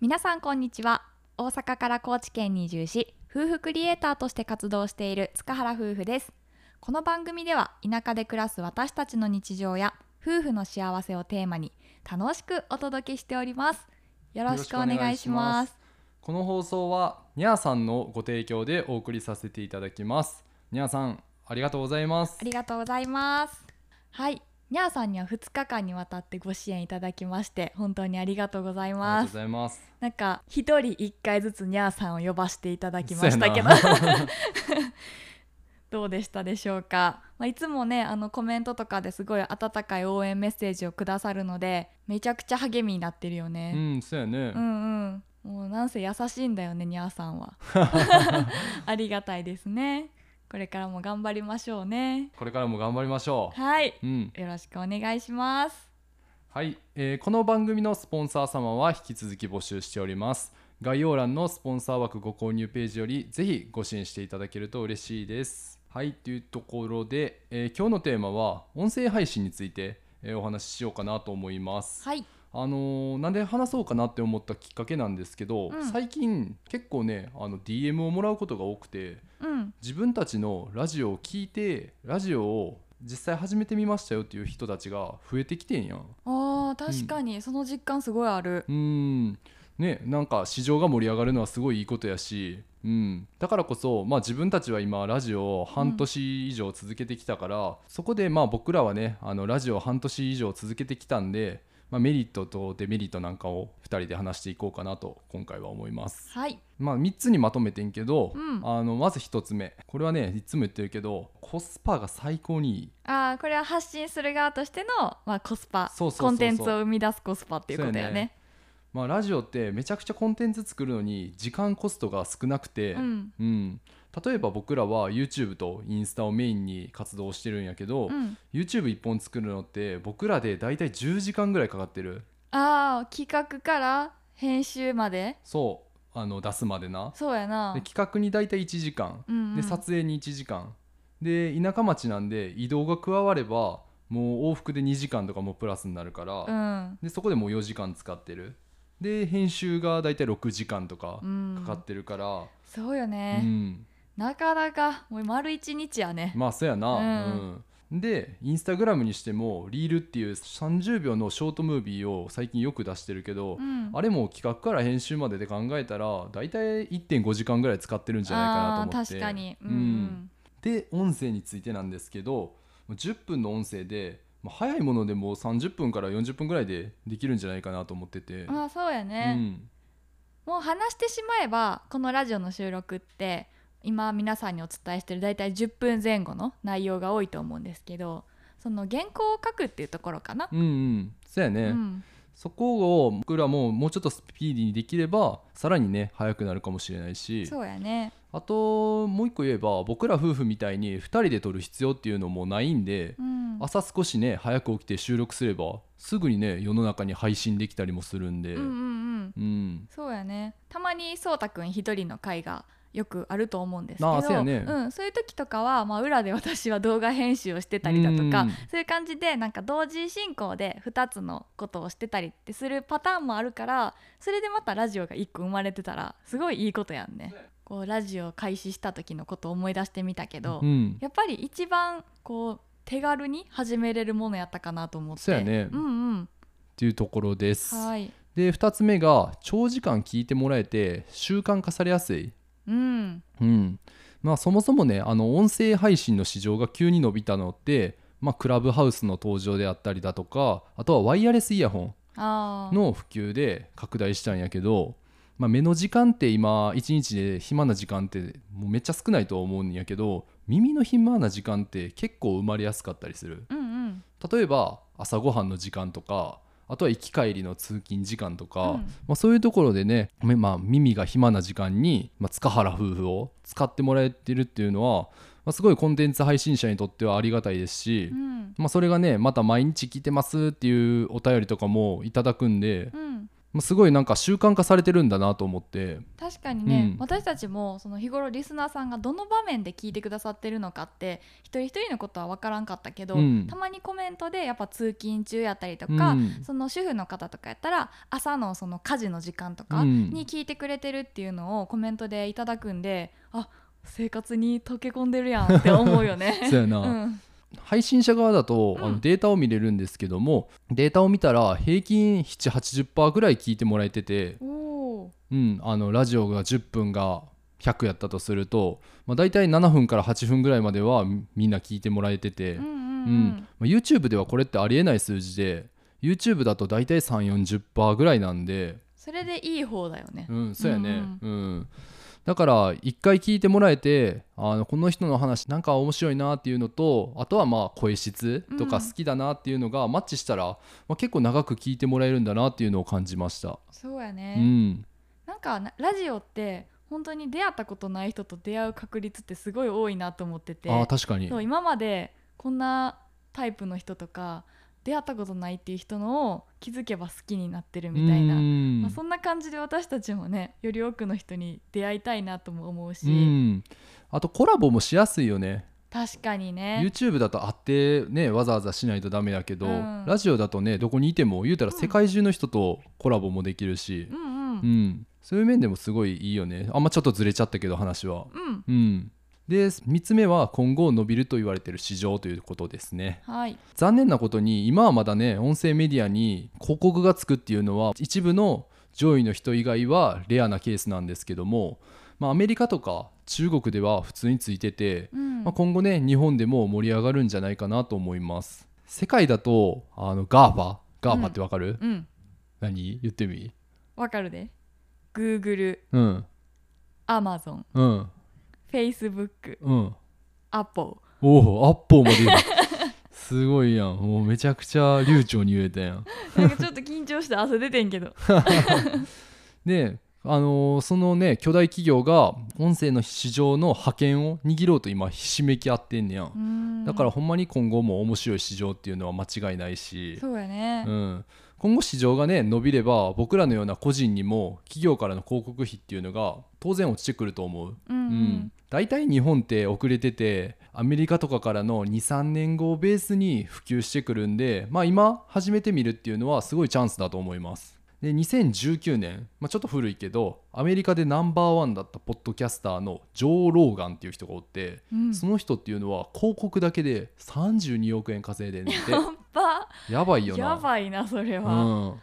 皆さんこんにちは大阪から高知県に移住し夫婦クリエイターとして活動している塚原夫婦ですこの番組では田舎で暮らす私たちの日常や夫婦の幸せをテーマに楽しくお届けしておりますよろしくお願いしますこの放送はニャーさんのご提供でお送りさせていただきますニャーさんありがとうございますありがとうございますはいにゃーさんには2日間にわたってご支援いただきまして本当にありがとうございあまりがとうごすざいますなんか一人一回ずつにゃーさんを呼ばせていただきましたけどそうやな どうでしたでしょうか、まあ、いつもねあのコメントとかですごい温かい応援メッセージをくださるのでめちゃくちゃ励みになってるようね、んそうやね、うん、うんもうなんせ優しいんだよねにゃーさん はありがたいですねこれからも頑張りましょうねこれからも頑張りましょう、はいうんよろしくお願いしますはい、えーこの番組のスポンサー様は引き続き募集しております概要欄のスポンサー枠ご購入ページよりぜひご支援していただけると嬉しいですはいというところで、えー今日のテーマは音声配信について、えーお話ししようかなと思います、はいあのーなんで話そうかなって思ったきっかけなんですけど、うん最近結構ねあの DM をもらうことが多くてうん自分たちのラジオを聞いてラジオを実際始めてみましたよっていう人たちが増えてきてんやんあー確かにその実感すごいあるう、ーんね、なんか市場が盛り上がるのはすごいいいことやし、うん、だからこそ、まあ、自分たちは今ラジオを半年以上続けてきたから、そこでまあ僕らはねあのラジオを半年以上続けてきたんで、まあ、メリットとデメリットなんかを2人で話していこうかなと今回は思います。はいまあ、3つにまとめてんけど、うんあのまず1つ目これはねいつも言ってるけどコスパが最高にいいあーこれは発信する側としての、まあ、コスパそうそうそうそコうンテンツを生み出すコスパっていうことだよねまあ、ラジオってめちゃくちゃコンテンツ作るのに時間コストが少なくて、うんうん例えば僕らは YouTube とインスタをメインに活動してるんやけど、うん YouTube1 本作るのって僕らでだいたい10時間ぐらいかかってるあー企画から編集までそうあの出すまでなそうやなで企画にだいたい1時間、うんうんで撮影に1時間で田舎町なんで移動が加わればもう往復で2時間とかもプラスになるから、うんでそこでもう4時間使ってるで編集がだいたい6時間とかうんかかってるから、そうようね、ん、なかなかもう丸一日やね、まあそうやな、うんうんでインスタグラムにしてもリールっていう30秒のショートムービーを最近よく出してるけど、うん、あれも企画から編集までで考えたら大体1.5時間ぐらい使ってるんじゃないかなと思あっーて確かに、ううんんで音声についてなんですけどもう10分の音声で、まあ早いものでもう30分から40分ぐらいでできるんじゃないかなと思ってて、あーそうやうね、ん、もう話してしまえばこのラジオの収録って今皆さんにお伝えしてる大体10分前後の内容が多いと思うんですけどその原稿を書くっていうところかな、うんうんそうやね、うんそこを僕らももうちょっとスピーディーにできればさらにね早くなるかもしれないしそうやねあともう一個言えば僕ら夫婦みたいに2人で撮る必要っていうのもないんで、うん朝少しね早く起きて収録すればすぐにね世の中に配信できたりもするんで、うんうんうんうんそうやねたまにそうたくん一人の回がよくあると思うんですけあどーそうやねん、そういう時とかは、まあ、裏で私は動画編集をしてたりだとか、うんそういう感じでなんか同時進行で2つのことをしてたりってするパターンもあるからそれでまたラジオが1個生まれてたらすごいいいことやんね。こうラジオ開始した時のことを思い出してみたけど、うんやっぱり一番こう手軽に始めれるものやったかなと思ってそうやねうんうんっていうところです。はいで2つ目が長時間聞いてもらえて習慣化されやすい。うんうんまあ、そもそもねあの音声配信の市場が急に伸びたのって、まあ、クラブハウスの登場であったりだとかあとはワイヤレスイヤホンあーの普及で拡大したんやけど、まあ、目の時間って今1日で暇な時間ってもうめっちゃ少ないと思うんやけど耳の暇な時間って結構生まれやすかったりするうんうん例えば朝ごはんの時間とかあとは行き帰りの通勤時間とか、うんまあ、そういうところでね、めまあ、耳が暇な時間に、まあ、塚原夫婦を使ってもらえてるっていうのは、まあ、すごいコンテンツ配信者にとってはありがたいですし、うんまあ、それがねまた毎日聞いてますっていうお便りとかもいただくんで、うんまあすごいなんか習慣化されてるんだなと思って確かにね、うん私たちもその日頃リスナーさんがどの場面で聞いてくださってるのかって一人一人のことは分からんかったけど、うんたまにコメントでやっぱ通勤中やったりとか、うんその主婦の方とかやったら朝のその家事の時間とかうんに聞いてくれてるっていうのをコメントでいただくんで、あ生活に溶け込んでるやんって思うよ そうね。やな、うん、配信者側だと、うんあのデータを見れるんですけどもデータを見たら平均780%ぐらい聞いてもらえてて、おーうん、あのラジオが10分が100やったとすると、まあ、大体7分から8分ぐらいまではみみんな聞いてもらえてて、うんうんううんんまあ YouTube ではこれってありえない数字で YouTube だと大体340%ぐらいなんで、それでいい方だよね。うん、そうやね、ううんだから一回聞いてもらえてあのこの人の話なんか面白いなっていうのとあとはまあ声質とかうん好きだなっていうのがマッチしたら、まあ、結構長く聞いてもらえるんだなっていうのを感じました。そうやうね、ん、なんかなラジオって本当に出会ったことない人と出会う確率ってすごい多いなと思っててあー確かにそう今までこんなタイプの人とか出会ったことないっていう人のを気づけば好きになってるみたいな、うんまあ、そんな感じで私たちもねより多くの人に出会いたいなとも思うし、うんあとコラボもしやすいよね確かにね YouTube だと会ってねわざわざしないとダメだけど、うんラジオだとねどこにいても言うたら世界中の人とコラボもできるしう、んううんんそういう面でもすごいいいよねあんまちょっとずれちゃったけど話は。うんうん、で3つ目は今後伸びると言われてる市場ということですねはい残念なことに今はまだね音声メディアに広告がつくっていうのは一部の上位の人以外はレアなケースなんですけども、まあ、アメリカとか中国では普通についてて、うんまあ、今後ね日本でも盛り上がるんじゃないかなと思います世界だとあの GAFA GAFA ってわかる、うん何言ってみわかるで Google うんアマゾンうん Facebook うんアポおおアッポーまで言うの すごいやんもうめちゃくちゃ流暢に言えたやんなんかちょっと緊張して汗出てんけどで、あのーそのね巨大企業が音声の市場の覇権を握ろうと今ひしめき合ってんねやん、だからほんまに今後も面白い市場っていうのは間違いないしそうやね、ん、今後市場がね伸びれば僕らのような個人にも企業からの広告費っていうのが当然落ちてくると思ううんうん、大体日本って遅れててアメリカとかからの23年後をベースに普及してくるんで、まあ、今始めてみるっていうのはすごいチャンスだと思います。で2019年、まあ、ちょっと古いけどアメリカでナンバーワンだったポッドキャスターのジョー・ローガンっていう人がおって、うんその人っていうのは広告だけで32億円稼いでんねんやっぱて やばいよな。やばいなそれは、うん、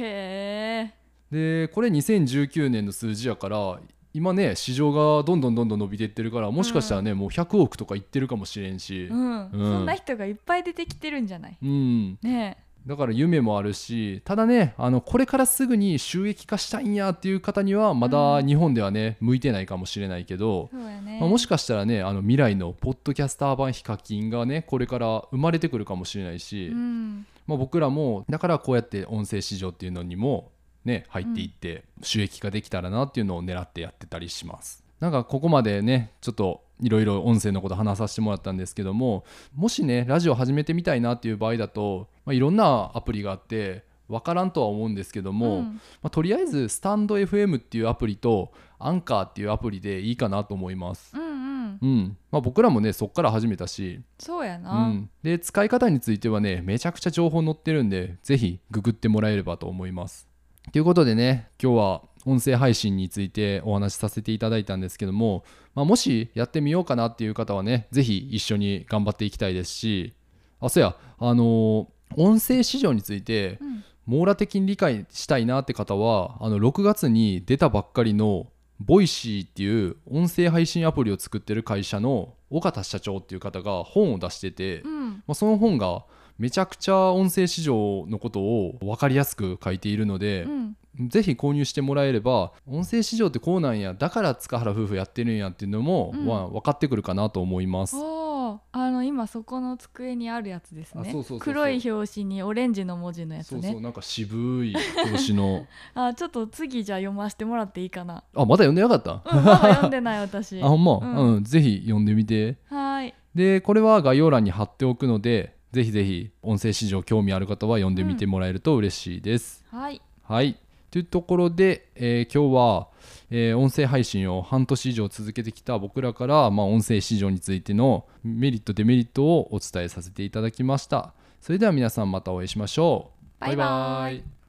へえでこれ2019年の数字やから今ね市場がどんどんどんどん伸びていってるからもしかしたらね、もう100億とかいってるかもしれんしう、ん、んそんな人がいっぱい出てきてるんじゃないうんねだから夢もあるしただねあのこれからすぐに収益化したいんやっていう方にはまだうん日本ではね向いてないかもしれないけどえ、そうやね、まあ、もしかしたらねあの未来のポッドキャスター版ヒカキンがねこれから生まれてくるかもしれないし、うん、まあ、僕らもだからこうやって音声市場っていうのにもね入っていって収益化できたらなっていうのを狙ってやってたりします。なんかここまでねちょっといろいろ音声のこと話させてもらったんですけどももしねラジオ始めてみたいなっていう場合だとまあいろ、んなアプリがあって分からんとは思うんですけども、うんまあ、とりあえずスタンド FM っていうアプリとアンカーっていうアプリでいいかなと思います。うんうんうんまあ、僕らもねそっから始めたしそうやな、うん、で使い方についてはねめちゃくちゃ情報載ってるんでぜひググってもらえればと思います。ということでね今日は音声配信についてお話しさせていただいたんですけども、まあ、もしやってみようかなっていう方はねぜひ一緒に頑張っていきたいですしあそうやあのー音声市場についてうん網羅的に理解したいなって方はあの6月に出たばっかりのボイシーっていう音声配信アプリを作ってる会社の尾形社長っていう方が本を出してて、うんまあ、その本がめちゃくちゃ音声市場のことを分かりやすく書いているのでう、んぜひ購入してもらえれば音声市場ってこうなんやだから塚原夫婦やってるんやっていうのも、うんまあ分かってくるかなと思います。おーあの今そこの机にあるやつですあねそうそうそうそう黒い表紙にオレンジの文字のやつそうねそうなんか渋い表紙のあちょっと次じゃあ読ませてもらっていいかな、あまだ読んでな かった、 うん、まだ読んでない私あほんま、ううんぜひ読んでみてはいでこれは概要欄に貼っておくのでぜひぜひ音声市場興味ある方は読んでみてもらえると嬉しいです、はいはいというところで、えー今日は、えー音声配信を半年以上続けてきた僕らから、まあ、音声市場についてのメリットデメリットをお伝えさせていただきましたそれでは皆さんまたお会いしましょうバイバイイ